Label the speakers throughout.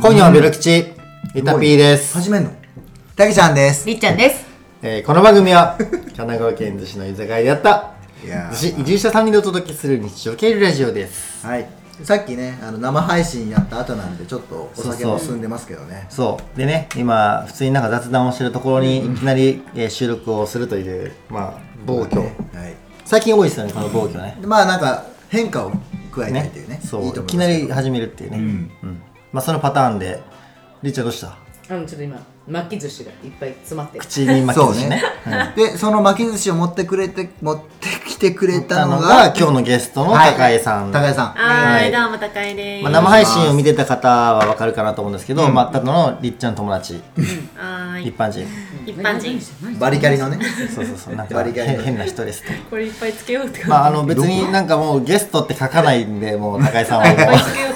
Speaker 1: 今夜はベロ吉、イタピーです。
Speaker 2: 始めんのたけちゃんです
Speaker 3: りっちゃんです。
Speaker 1: えーこの番組は、神奈川県逗子の居酒屋であった、
Speaker 2: いやー
Speaker 1: 逗子移住者3人でお届けする日常系ラジオです。
Speaker 2: はいさっきねあの生配信やった後なんでちょっとお酒も進んでますけどね
Speaker 1: そう。でね、今、普通になんか雑談をしてるところに、いきなり、えー収録をするという、まあ、暴挙。
Speaker 2: はい
Speaker 1: 最近多いですよね、この暴挙ね。
Speaker 2: でまあなんか変化を加えたいというね
Speaker 1: そう
Speaker 2: い
Speaker 1: い
Speaker 2: いと思
Speaker 1: き
Speaker 2: ま
Speaker 1: な
Speaker 2: すけど
Speaker 1: り始めるっていうね。うん。まあ、そのパターンで、りっちゃんどうした
Speaker 3: あのちょっと今巻き寿司がいっぱい詰まってる。
Speaker 1: 口に巻き
Speaker 2: そう
Speaker 1: 寿司
Speaker 2: ね
Speaker 1: ね。
Speaker 2: でその巻き寿司を持ってくれて持ってきてくれ
Speaker 1: た
Speaker 2: た
Speaker 1: の
Speaker 2: の
Speaker 1: が
Speaker 2: が
Speaker 1: 今日のゲストの高井さん、
Speaker 2: 高井さん
Speaker 1: は
Speaker 4: はいい、どうも高井です。
Speaker 1: まあ、生配信を見てた方はわかるかなと思うんですけど、まあ、ただのりっちゃんの友達、
Speaker 4: はーい
Speaker 1: 一般人
Speaker 4: 一般人。
Speaker 2: バリキャリのね
Speaker 1: そうそうそうなんか
Speaker 2: バリキャリ
Speaker 1: 変変な人ですと
Speaker 4: これいっぱいつけようって
Speaker 1: まああの別になんかもうゲストって書かないんでもう高井さんはも
Speaker 4: けよ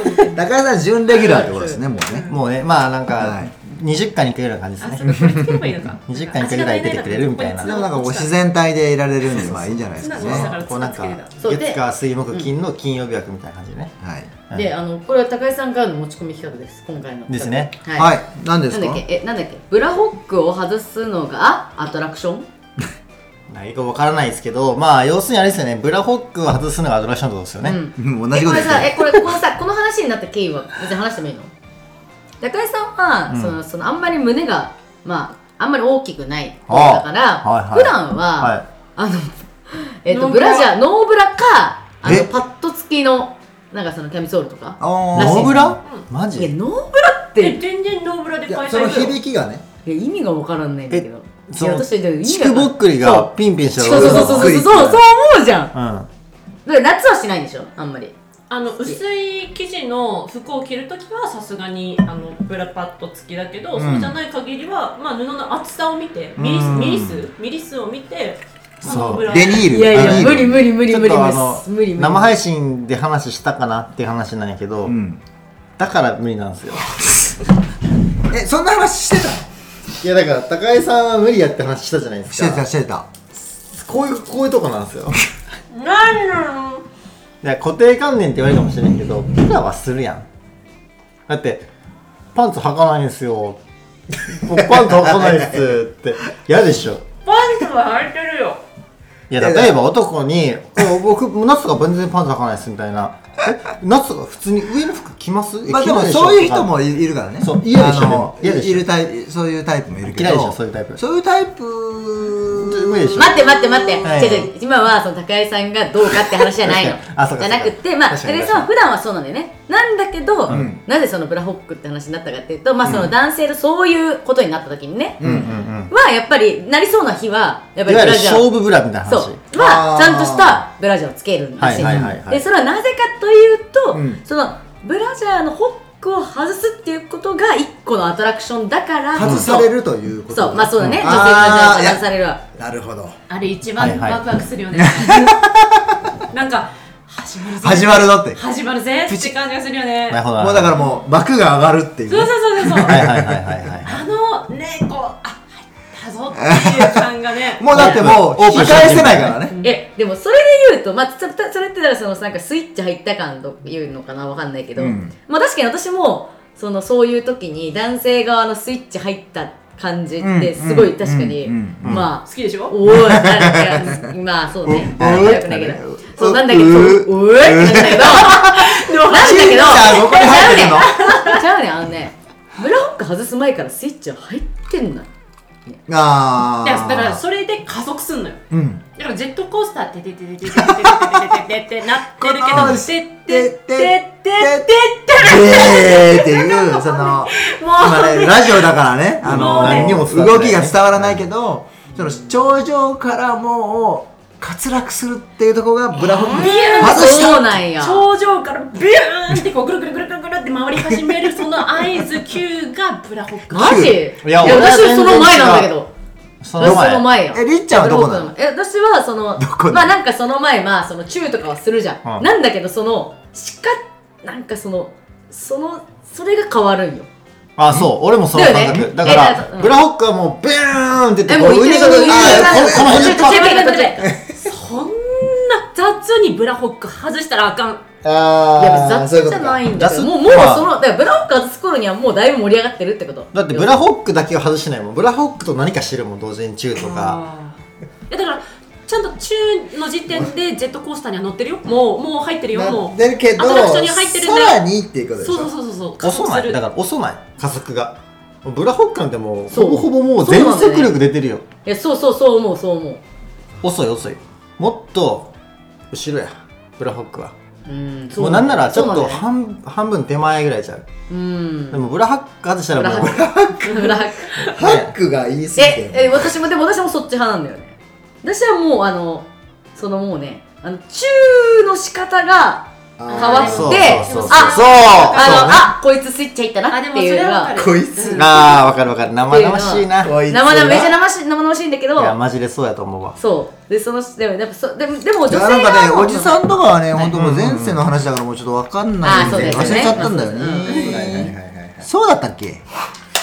Speaker 4: うと思って。
Speaker 2: 高井さん準レギュラーってことですねもうね
Speaker 1: うもうねまあなん
Speaker 2: は
Speaker 1: か
Speaker 2: い
Speaker 1: 20回に来るような感じですね、
Speaker 4: これつければいいのか。
Speaker 1: 20回に一回ぐらい出てくれるみたいな
Speaker 2: でもなんかこう自然体でいられるんでまあいいんじゃないですかね
Speaker 4: そうそうそう
Speaker 2: は
Speaker 1: こうなんか
Speaker 3: そうで
Speaker 1: 月火水木金の金曜日枠みたいな感じでね
Speaker 2: い
Speaker 3: で、あのこれは高井さんからの持ち込み企画です。今回の企画。
Speaker 1: ですね
Speaker 3: はい。
Speaker 2: はい何です
Speaker 3: なんだ
Speaker 2: か
Speaker 3: っけえなんだっけブラホックを外すのがアトラクション？
Speaker 1: 何かわからないですけどまあ要するにあれですよねブラホックを外すのがアドラクションってことですよね、
Speaker 3: うん。
Speaker 2: うん同じ
Speaker 3: え
Speaker 2: こ
Speaker 3: こと
Speaker 2: で
Speaker 3: れ
Speaker 2: す
Speaker 3: さえこれこのさこの話になった経緯は別に話してもいいの？高井さんは、そのそのあんまり胸がまああんまり大きくない方だから、
Speaker 1: あはいはい
Speaker 3: 普段は、
Speaker 1: はい
Speaker 3: あの えっ、
Speaker 4: ノ
Speaker 3: と
Speaker 4: ー
Speaker 3: ブ
Speaker 4: ブラ
Speaker 3: ラジャーノーブラかあ
Speaker 2: え
Speaker 3: のパッド付きのなんかそのキャミソールとか。
Speaker 2: あー
Speaker 1: ノーブラマ
Speaker 3: いや
Speaker 1: ジ
Speaker 3: ノーブラっ
Speaker 4: え
Speaker 3: て
Speaker 4: 全然ノーブラで
Speaker 2: い
Speaker 4: 開
Speaker 2: や
Speaker 4: 催
Speaker 2: その響きがね
Speaker 3: いや意味がわからないんだけど。
Speaker 1: え
Speaker 3: い
Speaker 1: そ
Speaker 3: や
Speaker 1: の
Speaker 3: 私でも意味
Speaker 1: チ
Speaker 3: が
Speaker 1: クボックリがピンピンしてる
Speaker 3: そうそうそうそうそうそうそう思うじゃん。だ
Speaker 1: うん
Speaker 3: から夏はしないんでしょあんまり。
Speaker 4: あの薄い生地の服を着るときはさすがにあのブラパッド付きだけど、そうじゃない限りはまあ布の厚さを見てミリス
Speaker 1: うん
Speaker 4: ミリ数ミリ数を見て
Speaker 1: そう
Speaker 4: ノーブラ
Speaker 2: デニール
Speaker 3: いや
Speaker 2: デニール
Speaker 3: いや無理無理無理
Speaker 1: ちょ
Speaker 3: 無
Speaker 1: っ
Speaker 3: 理無理
Speaker 1: とあの
Speaker 3: 無理無理。
Speaker 1: 生配信で話したかなっていう話なんやけど、
Speaker 2: うん
Speaker 1: だから無理なんですよ
Speaker 2: えそんな話してた
Speaker 1: いやだから高井さんは無理やって話したじゃないですか
Speaker 2: してたしてた
Speaker 1: こういうこういうとこなんですよ
Speaker 4: なんなの
Speaker 1: いや固定観念って言われるかもしれんけど普段はするやんだってパンツ履かないんですよ僕パンツ履かないですって嫌でしょ
Speaker 4: パンツは履いてるよ
Speaker 1: いや例えば男に「お僕夏とか全然パンツ履かないです」みたいな「え夏とか普通に上の服着ます?え」
Speaker 2: まあでも
Speaker 1: 着な
Speaker 2: そういう人
Speaker 1: とか
Speaker 2: もいいるからね
Speaker 1: そう嫌でしょ
Speaker 2: あの
Speaker 1: でも嫌でしょ
Speaker 2: いるタイプそういうタイプもいるけど
Speaker 1: 嫌でしょそういうタイプ
Speaker 2: そういうタイプ
Speaker 1: 無理でしょ
Speaker 3: 待って待って待って、
Speaker 1: はい
Speaker 3: 違う違う今はその高井さんがどうかって話じゃないの
Speaker 1: 確かにあそうか
Speaker 3: じゃなくてまあ
Speaker 1: 確かに
Speaker 3: 高井さんは普段はそうなんだよねなんだけど、
Speaker 2: ん
Speaker 3: なぜそのブラホックって話になったかっていうとまあその男性のそういうことになった時にね、
Speaker 1: うんうんうん
Speaker 3: はやっぱりなりそうな日はやっぱ
Speaker 1: い
Speaker 3: り
Speaker 1: わゆ
Speaker 3: ブ
Speaker 1: る
Speaker 3: ラジャー
Speaker 1: 勝負ブラみたいな話
Speaker 3: そうは
Speaker 2: あー
Speaker 3: ちゃんとしたブラジャーをつけるんですよ、
Speaker 1: はいはいはいはい
Speaker 3: でそれはなぜかというと、
Speaker 2: うん
Speaker 3: そのブラジャーのホックを外すっていうことが一個のアトラクションだから
Speaker 2: 外されるということ
Speaker 3: そうまあそうだね、
Speaker 2: ん
Speaker 3: 女性ブラ
Speaker 2: あー
Speaker 3: ジ
Speaker 2: いや
Speaker 3: ャーが外されるわ
Speaker 2: なるほど
Speaker 4: あれ一
Speaker 1: はい
Speaker 4: 番
Speaker 1: はい
Speaker 4: ワクワク するよね。なんか始まるぜ。
Speaker 2: 始まるのって
Speaker 4: 始まるぜって感じがするよね。
Speaker 1: なるほどな
Speaker 2: もうだからもう幕が上がるっていう
Speaker 4: そうそう
Speaker 2: ね
Speaker 4: そうそう。
Speaker 1: はいはいはいはいはい
Speaker 4: あのねこうあ入ったぞっていう感がね。
Speaker 2: もうだってもう
Speaker 1: オープン
Speaker 2: 引き返せないからね
Speaker 3: えでもそれで言うと、まあ、つたそれってだからそのなんかスイッチ入った感というのかなわかんないけど、
Speaker 2: うん
Speaker 3: まあ確かに私もそのそういう時に男性側のスイッチ入った感じってすごい確かに、
Speaker 2: うんうんうんうん
Speaker 3: まあ
Speaker 4: 好きでしょ。
Speaker 3: おおなんかまあそうね
Speaker 2: う
Speaker 3: 仲良くないけど
Speaker 2: う
Speaker 3: そうなんだけど
Speaker 2: う
Speaker 3: ううえってなんだけどなんだけ
Speaker 2: しんち
Speaker 3: ど
Speaker 2: ゃんここに入ってるの
Speaker 3: ちゃうねんちゃうねんあのねブラホック外す前からスイッチは入ってんだ
Speaker 2: あ
Speaker 4: だ
Speaker 2: ー
Speaker 4: からだからそれで加速すんのよ。
Speaker 2: うん
Speaker 4: だからジェットコースターてててててててててててなってるけどてててててて
Speaker 2: えーっていうその
Speaker 4: も
Speaker 2: 今ね
Speaker 4: う
Speaker 2: ラジオだからねあの
Speaker 4: もうね
Speaker 2: 何にも伝わってない動きが伝わらないけどその頂上からもう滑落するっていうところがブラホック外し
Speaker 3: そう
Speaker 2: た
Speaker 3: なんや
Speaker 4: 頂上からビューンってこうぐるぐるぐるぐるぐるって回り始めるその合図球がブラホック。
Speaker 3: マジ
Speaker 2: い
Speaker 3: い
Speaker 1: や
Speaker 3: や
Speaker 1: 俺は
Speaker 3: 私その前なんだけど
Speaker 1: そ
Speaker 3: 私
Speaker 1: の前
Speaker 3: その前よ
Speaker 2: えりっちゃんはどこなの
Speaker 3: え私はその
Speaker 2: こなの
Speaker 3: まあなんかその前まあそのチューとかはするじゃん、
Speaker 1: うん
Speaker 3: なんだけどそのしかなんかそのそのそれが変わるんよ
Speaker 1: あそう俺もその感
Speaker 3: だよ
Speaker 1: 覚
Speaker 3: ね
Speaker 1: だか
Speaker 3: えだ
Speaker 1: ら
Speaker 3: から
Speaker 1: ブラホックはもうビューンって
Speaker 3: え
Speaker 1: こ
Speaker 3: もういけるいけるいける
Speaker 1: あーここの
Speaker 3: ち
Speaker 1: 辺
Speaker 3: ょっ
Speaker 1: で
Speaker 3: と
Speaker 1: パ
Speaker 3: ち
Speaker 1: ッ
Speaker 3: ょっとちょっと
Speaker 4: そんな雑にブラホック外したらあかん。
Speaker 3: いや
Speaker 1: ああ
Speaker 3: 雑じゃないんだけどもうもうそのだからブラホック外す頃にはもうだいぶ盛り上がってるってこと
Speaker 1: だってブラホックだけは外してないもんブラホックと何かしてるもん同時に中とか
Speaker 4: あーいやだからちゃんと中の時点でジェットコースターには乗ってるよもうもう入ってるよ
Speaker 2: な
Speaker 4: も
Speaker 2: っ
Speaker 4: う
Speaker 2: てるけど
Speaker 4: アトラクションに入ってるん
Speaker 2: さ
Speaker 4: だよ
Speaker 2: らにっていうことでしょ
Speaker 4: そうそうそうそう加
Speaker 1: 遅
Speaker 4: 速
Speaker 1: な
Speaker 4: す
Speaker 1: い
Speaker 4: る
Speaker 1: だから遅ない加速がブラホックなんてもう
Speaker 3: そう
Speaker 1: ほぼほぼもう全速力出てるよ、
Speaker 3: いやそうそうそう思うそう思う
Speaker 1: 遅い遅いもっと後ろやブラホックは
Speaker 3: うんそ
Speaker 1: もう
Speaker 3: う
Speaker 1: なんならちょっ
Speaker 3: そう
Speaker 1: と
Speaker 3: なんだよね
Speaker 1: 半,、半分手前ぐらいちゃう
Speaker 3: うん
Speaker 1: でもブラハック外したらもう
Speaker 3: ブラブラホック
Speaker 2: ハックが言い過ぎて
Speaker 3: ええ私もでも私もそっち派なんだよね私はもうあのそのもうねあのチューの仕方が
Speaker 2: 変
Speaker 3: 変わって
Speaker 1: そうそうそうそう
Speaker 3: あ
Speaker 1: あ
Speaker 3: あのあこいつスイッチ入ったな
Speaker 4: あ
Speaker 3: っ
Speaker 4: でも
Speaker 3: て
Speaker 4: そ
Speaker 3: いう
Speaker 4: れ
Speaker 3: の
Speaker 4: はわ
Speaker 3: が
Speaker 4: かる
Speaker 2: こい
Speaker 1: そ
Speaker 2: つ
Speaker 1: うあーわかるわかる生々しいな
Speaker 2: こいつ
Speaker 3: 生々めっちゃ生々しい生々しいんだけど
Speaker 1: いやマジでそうやと思うわ
Speaker 3: そうでそのでもやっぱそでもでも女性
Speaker 2: いや
Speaker 3: が
Speaker 2: なんかねおじ
Speaker 3: ん
Speaker 2: さんとかはね
Speaker 3: は
Speaker 2: 本
Speaker 3: い
Speaker 2: 当もう前世の話だからもうちょっとわかんないんで
Speaker 3: あーそうです
Speaker 2: 忘
Speaker 3: よね
Speaker 2: れちゃったんだよね
Speaker 3: まあそうですね
Speaker 2: はいはいはい
Speaker 1: いはい
Speaker 2: そうだったっけ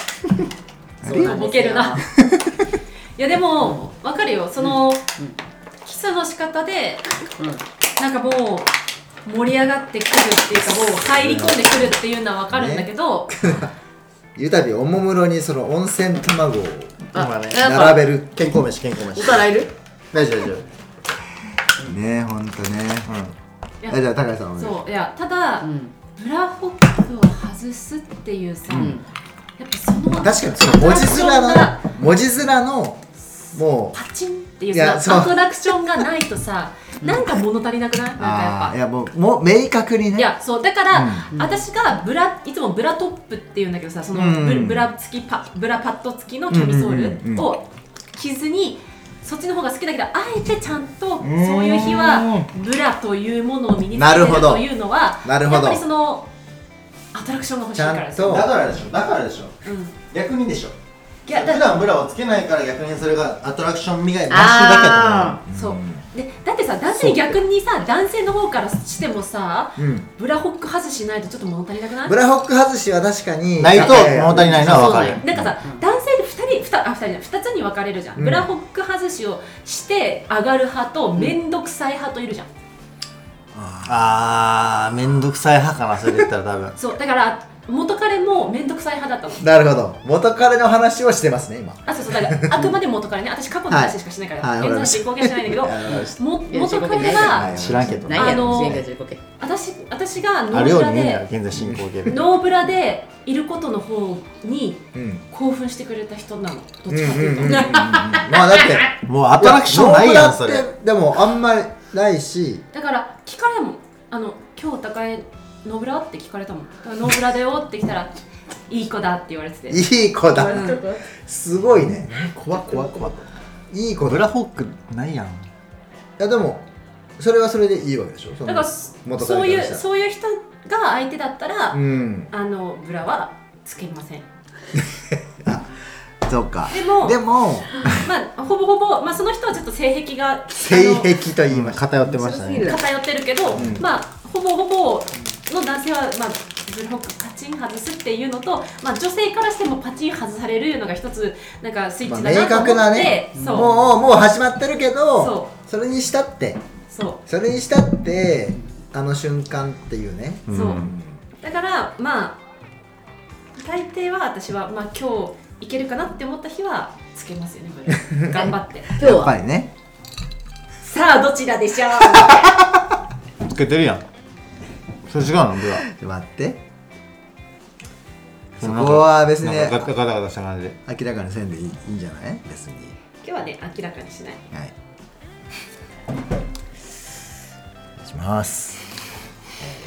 Speaker 3: そうなんですよ
Speaker 4: ボケるな いやでも分かるよその、キスの仕方で
Speaker 3: うん
Speaker 4: なんかもう盛り上がってくるっていうかもう入り込んでくるっていうのは分かるんだけど、
Speaker 2: ゆたびおもむろにその温泉卵を
Speaker 3: あ
Speaker 1: 今ね
Speaker 3: なんか
Speaker 2: 並べる
Speaker 1: 健康飯健康
Speaker 3: お
Speaker 1: 飯
Speaker 3: 皿いる
Speaker 1: 大丈夫大丈夫
Speaker 2: ね本当ね
Speaker 4: いや
Speaker 2: あじゃあ高橋さんお願いします
Speaker 4: そういやただ、
Speaker 3: うん
Speaker 4: ブラホックを外すっていうさ、
Speaker 3: ん
Speaker 4: やっぱそ
Speaker 2: 確
Speaker 4: の
Speaker 2: かにその文字面
Speaker 4: アトラクションが
Speaker 2: の文字面のも
Speaker 4: パチンっていう
Speaker 2: いや
Speaker 4: さ
Speaker 2: そう
Speaker 4: アトラクションがないとさなんか物足りなくないなん
Speaker 2: う
Speaker 4: かや
Speaker 2: あ
Speaker 4: っ
Speaker 2: あ
Speaker 4: ぱ
Speaker 2: いやもうもう明確にね
Speaker 4: いやそうだか
Speaker 2: う
Speaker 4: ら、私がブラいつもブラトップっていうんだけどさその
Speaker 2: うん
Speaker 4: ブ,、ブラ付きパブラパッド付きのキャミソ
Speaker 2: うんうんうん
Speaker 4: ー
Speaker 2: うん
Speaker 4: ルを着ずにそっちの方が好きだけどあえてちゃんとそういう日はブラというものを身につ
Speaker 2: な
Speaker 4: け
Speaker 2: る
Speaker 4: る
Speaker 2: ほど
Speaker 4: というのは
Speaker 2: なるほど
Speaker 4: やっぱりそのアトラクションが欲しいからですよ
Speaker 2: ちゃんと
Speaker 1: からでしょだからでしょ
Speaker 4: うん、
Speaker 1: 逆にでしょ
Speaker 4: いやだ
Speaker 1: 段ブラをつけないから逆にそれがアトラクション磨いて
Speaker 3: あ
Speaker 4: そうでだってさ男性逆にさ男性の方からしてもさ
Speaker 2: うん
Speaker 4: ブラホック外しないとちょっと物足りなくない
Speaker 2: ブラホック外しは確かに
Speaker 1: ないと
Speaker 2: やや
Speaker 1: 物足りないのは分か
Speaker 3: そう
Speaker 1: る
Speaker 3: だよ
Speaker 4: なんかさ、
Speaker 3: うん
Speaker 4: 男性で2人 2, あ二人じゃない二つに分かれるじゃん、
Speaker 2: うん
Speaker 4: ブラホック外しをして上がる派と面倒くさい派といるじゃん、
Speaker 1: あーめんどくさい派かなそれで言ったら多 分
Speaker 4: そうだから元彼も面倒くさい派だったの
Speaker 2: なるほど元彼の話をしてますね今
Speaker 4: あそうそうだからあくまで元彼ね私過去の話しかしないから、
Speaker 2: はいはい
Speaker 4: 現在進行形じゃないんだ
Speaker 2: わかりまし
Speaker 4: けども
Speaker 3: いや
Speaker 4: 元彼
Speaker 2: はい
Speaker 4: が
Speaker 1: 知らんけど
Speaker 3: ーないや
Speaker 4: あの
Speaker 3: ろ
Speaker 4: ー
Speaker 3: 人間15系
Speaker 4: 私私がノ
Speaker 1: あ
Speaker 4: ー
Speaker 1: るよ
Speaker 4: ブ
Speaker 1: う
Speaker 4: ラ
Speaker 1: に言うなら
Speaker 4: で
Speaker 1: 現在進行形で
Speaker 4: ノーブラでいることの方に
Speaker 2: うん
Speaker 4: 興奮してくれた人なのどっちか
Speaker 2: うん
Speaker 4: っ
Speaker 2: う
Speaker 4: て
Speaker 2: ん
Speaker 4: いうと、
Speaker 2: うんうんうんまあだって
Speaker 1: もうアトラクションないやんそ
Speaker 2: ノーブ
Speaker 1: れ
Speaker 2: ラってでもあんまりないし
Speaker 4: だから聞かれたもんあの今日高江ノブラって聞かれたもんだからノブラだよって来たらいい子だって言われてて
Speaker 2: いい子だ
Speaker 4: うん
Speaker 2: すごいね
Speaker 1: 怖っ怖っ怖っ
Speaker 2: いい子
Speaker 1: ブ
Speaker 2: だ
Speaker 1: ラホックないやん
Speaker 2: いやでもそれはそれでいいわけでしょその
Speaker 4: だから
Speaker 2: 元
Speaker 4: そう
Speaker 2: 彼
Speaker 4: い
Speaker 2: から
Speaker 4: う
Speaker 2: したら
Speaker 4: そういう人が相手だったら、
Speaker 2: うん
Speaker 4: あのブラはつけません
Speaker 2: そうか
Speaker 4: でも
Speaker 2: でも
Speaker 4: まあほぼほぼ、まあ、その人はちょっと性癖が
Speaker 2: 性
Speaker 4: あ
Speaker 2: 癖と言いました
Speaker 1: 偏ってました
Speaker 3: 強すぎる
Speaker 1: ね
Speaker 4: の偏ってるけど、
Speaker 2: ん
Speaker 4: まあほぼほぼの男性はまあブロックカチン外すっていうのと、まあ、女性からしてもパチン外されるのが一つなんかスイッ
Speaker 2: まあ
Speaker 4: チだ
Speaker 2: 明
Speaker 4: なと思って、
Speaker 2: 確なね
Speaker 4: そう
Speaker 2: もうもう始まってるけど
Speaker 4: そ
Speaker 2: それにしたって
Speaker 4: そう
Speaker 2: それにしたってあの瞬間っていうね
Speaker 4: そうだからまあ大抵は私は、まあ、今日いけるかなって思った日はつけますよねこれ 頑張って
Speaker 3: 今日
Speaker 2: やっぱ
Speaker 3: は
Speaker 2: りね
Speaker 4: さあどちらでしょう
Speaker 1: つけてるやんそれ違うのブラ
Speaker 2: ちょっと待ってそこは別に
Speaker 1: なんかガタガタガタした感じで
Speaker 2: 明らかにせんでいいいいんじゃない別に
Speaker 4: 今日はね明らかにしない
Speaker 2: はいお願いします、えー
Speaker 3: はい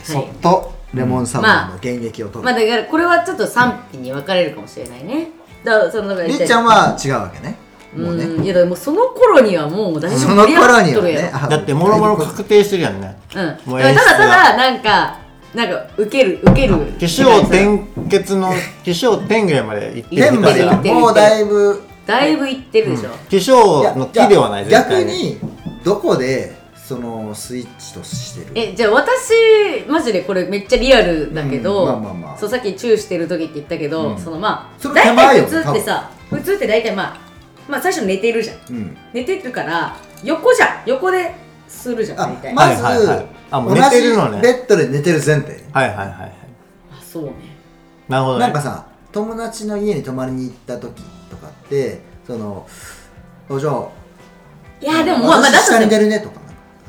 Speaker 2: そっとレモンサワーの原液を取る、
Speaker 3: まあだからこれはちょっと賛否に分かれるかもしれないねだからその
Speaker 2: りっちゃんは違うわけねもうね、
Speaker 3: うんいやだからもうその頃にはもう大
Speaker 2: その頃にはねあ
Speaker 1: だってもろもろ確定してるやんね
Speaker 3: うん、だ
Speaker 1: も
Speaker 3: か
Speaker 1: う
Speaker 3: ら
Speaker 1: 演出
Speaker 3: た
Speaker 1: が
Speaker 3: だただなんかなんか受ける受ける化
Speaker 1: 化粧点結の化粧点ぐらいまで行って
Speaker 2: 天
Speaker 1: る
Speaker 2: ま
Speaker 1: か
Speaker 2: で
Speaker 1: ら
Speaker 2: は
Speaker 1: 化
Speaker 2: もうだいぶ
Speaker 3: だいぶいってるでしょ、
Speaker 1: 粧の木ではない
Speaker 2: じゃあ
Speaker 1: 絶対
Speaker 2: 逆にどこでそのスイッチとしてる
Speaker 3: えじゃあ私マジでこれめっちゃリアルだけど、
Speaker 2: うんまあまあまあ
Speaker 3: そうさっきチューしてる時って言ったけど、
Speaker 2: うん
Speaker 3: そのま
Speaker 2: そ
Speaker 3: あ
Speaker 2: れ手前よ
Speaker 3: 普通ってさ普通って大体まあまあ最初寝てるじゃん
Speaker 2: うん
Speaker 3: 寝てるから横じゃん横でするじゃん
Speaker 2: あ
Speaker 3: 大体
Speaker 2: まず、
Speaker 1: はいはいはいあもう
Speaker 2: 同じ
Speaker 1: 寝てるのね
Speaker 2: ベッドで寝てる前提ね
Speaker 1: はいはいはいはい
Speaker 3: あそうね
Speaker 1: なるほどね
Speaker 2: なんかさ友達の家に泊まりに行った時とかってその「お嬢
Speaker 3: いやでもまあまあだ
Speaker 2: 私
Speaker 3: と
Speaker 2: 下に
Speaker 3: し
Speaker 2: 寝
Speaker 3: て
Speaker 2: るね」とか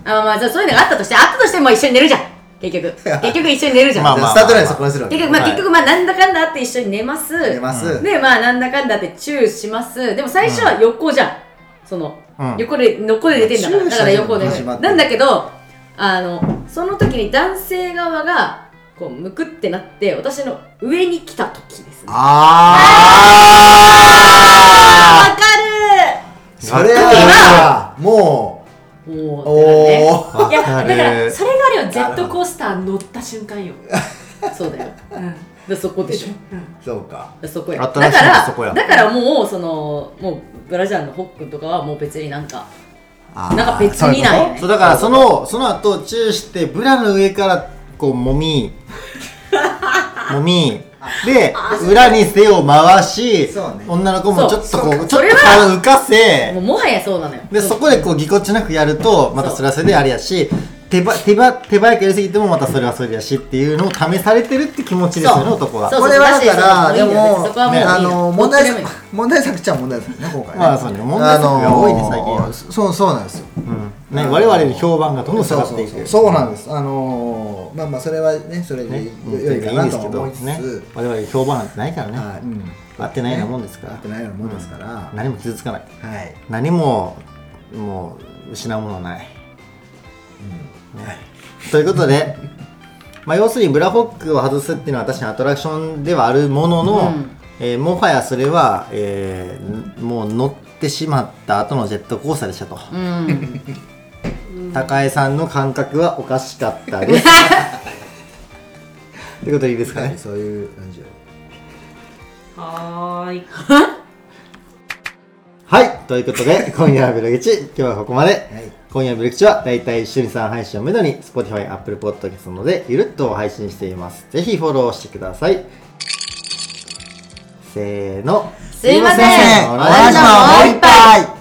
Speaker 3: あまあじゃあそういうのがあったとしてあったとしてもまあ一緒に寝るじゃん 結局結局一緒に寝るじゃん、
Speaker 1: まあ
Speaker 2: じゃあスタートラインそこにするわけ
Speaker 3: 結局まあ、
Speaker 1: はい
Speaker 3: 結局まあなんだかんだあって一緒に寝ます
Speaker 2: 寝ます、
Speaker 1: う
Speaker 3: でまあなんだかんだってチューしますでも最初は横じゃん、その、
Speaker 1: うん
Speaker 3: 横で横で寝てんだから
Speaker 2: チューし
Speaker 3: だか
Speaker 2: た
Speaker 3: ら
Speaker 2: ら
Speaker 3: 横で
Speaker 2: 始まってる
Speaker 3: なんだけどあのその時に男性側がこうむくってなって私の上に来た時ですねわか
Speaker 2: あそれはもう
Speaker 3: るもうってなるね
Speaker 2: おお
Speaker 4: いやだ
Speaker 1: わか
Speaker 4: か
Speaker 1: る
Speaker 4: らそれがあるよジェットコースター乗った瞬間よ、
Speaker 3: そうだよ
Speaker 4: うん、
Speaker 3: でそこでしょ
Speaker 4: うん
Speaker 2: そうか
Speaker 3: そこやだか
Speaker 1: 新しいのそこ
Speaker 3: ら
Speaker 1: や
Speaker 3: だからもうそのもうブラジャーのホックンとかはもう別になんか
Speaker 2: あ
Speaker 3: なん
Speaker 2: ー
Speaker 3: か別にないよね
Speaker 1: そうだからそのその後チューしてブラの上からこう揉 み揉みで裏に背を回し、
Speaker 2: そうね
Speaker 1: 女の子もちょっとこう
Speaker 3: そう
Speaker 1: ちょ
Speaker 3: そ
Speaker 1: っ
Speaker 3: れ
Speaker 1: と
Speaker 3: は
Speaker 1: 体浮か
Speaker 3: も
Speaker 1: せ
Speaker 3: うもはやそうなのよ
Speaker 1: でそこでこうぎこちなくやるとまたそれはそれであれやし手ば手ば手早くやりすぎてもまたそれはそれやしっていうのを試されてるって気持ちですよね
Speaker 3: そう
Speaker 1: 男は
Speaker 3: そう
Speaker 2: これはだから
Speaker 3: そうそう
Speaker 2: でも
Speaker 3: そこはもういいよ
Speaker 2: あの
Speaker 3: どっ
Speaker 2: 問
Speaker 3: ちで
Speaker 2: 題
Speaker 3: もいい
Speaker 2: 作問題作っちゃ問題作ね今回ね
Speaker 1: まあそうね問題作が多いね最近は
Speaker 2: あのーそうそうなんですよ
Speaker 1: うんね、我々の評判がどんどん下がっていく
Speaker 2: そうそうそうそうなんですあのーまあまあそれはねそれで
Speaker 1: ね、
Speaker 2: 良いか
Speaker 1: いいん
Speaker 2: な
Speaker 1: で
Speaker 2: と
Speaker 1: すけど
Speaker 2: 思いつつ
Speaker 1: ね我々評判なんてないからね、
Speaker 2: はいうん
Speaker 1: 合ってないようなもんですから
Speaker 2: 合ってないようなもんですからは
Speaker 1: 何も傷つかない
Speaker 2: い
Speaker 1: 何ももう失うものはない、ねということで まあ要するにブラホックを外すっていうのは確かにアトラクションではあるものの、
Speaker 3: うん
Speaker 1: えーもはやそれは、えーもう乗ってしまった後のジェットコースターでしたと、
Speaker 3: うん
Speaker 1: 高江さんの感覚はおかしかった ですということでいいですか
Speaker 2: はい
Speaker 1: ね
Speaker 2: そういう感じよ
Speaker 4: はーい
Speaker 1: はいということで今夜はブロゲチ今日はここまで
Speaker 2: はい
Speaker 1: 今夜のブレイクチはだいたい週に3配信をめどに Spotify、Apple Podcast などでゆるっと配信しています。ぜひフォローしてください。せーの。
Speaker 3: すいません
Speaker 2: すいません
Speaker 1: お願いします
Speaker 3: 私のもう一杯